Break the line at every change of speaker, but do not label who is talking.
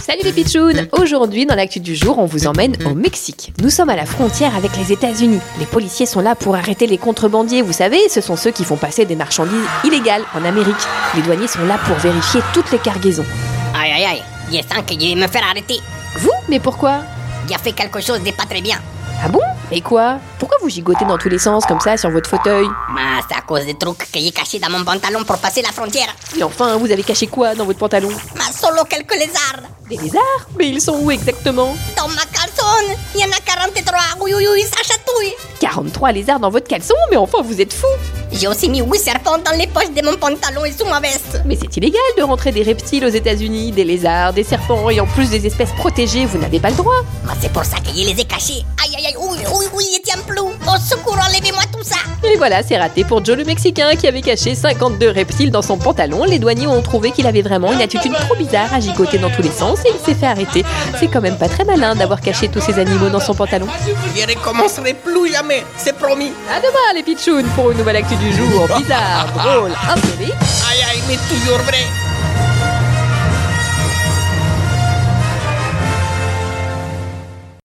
Salut les pitchounes Aujourd'hui, dans l'actu du jour, on vous emmène au Mexique. Nous sommes à la frontière avec les États-Unis. Les policiers sont là pour arrêter les contrebandiers, vous savez, ce sont ceux qui font passer des marchandises illégales en Amérique. Les douaniers sont là pour vérifier toutes les cargaisons.
Aïe aïe aïe, il est temps que je vais me faire arrêter.
Vous Mais pourquoi
Il a fait quelque chose de pas très bien.
Ah bon Et quoi Pourquoi vous gigotez dans tous les sens comme ça sur votre fauteuil
Bah, c'est à cause des trucs que j'ai cachés dans mon pantalon pour passer la frontière.
Mais enfin, vous avez caché quoi dans votre pantalon
Ma solo quelques lézards.
Des lézards Mais ils sont où exactement
Dans ma calzone, il y en a 43. Oui, oui, oui, ça chatouille.
43 lézards dans votre caleçon Mais enfin, vous êtes fou
J'ai aussi mis 8 serpents dans les poches de mon pantalon et sous ma veste.
Mais c'est illégal de rentrer des reptiles aux États-Unis, des lézards, des serpents et en plus des espèces protégées, vous n'avez pas le droit.
Bah, c'est pour ça que je les ai cachés. Aïe aïe aïe, oui, oui, oui, il tient plus. Au secours, enlevez-moi tout ça.
Et voilà, c'est raté pour Joe le Mexicain qui avait caché 52 reptiles dans son pantalon. Les douaniers ont trouvé qu'il avait vraiment une attitude trop bizarre à gigoter dans tous les sens et il s'est fait arrêter. C'est quand même pas très malin d'avoir caché tous ces animaux dans son pantalon.
Je recommencerai plus jamais, c'est promis.
À demain les pitchounes pour une nouvelle actu du jour. Bizarre, drôle, insolite.
Aïe aïe, mais toujours vrai.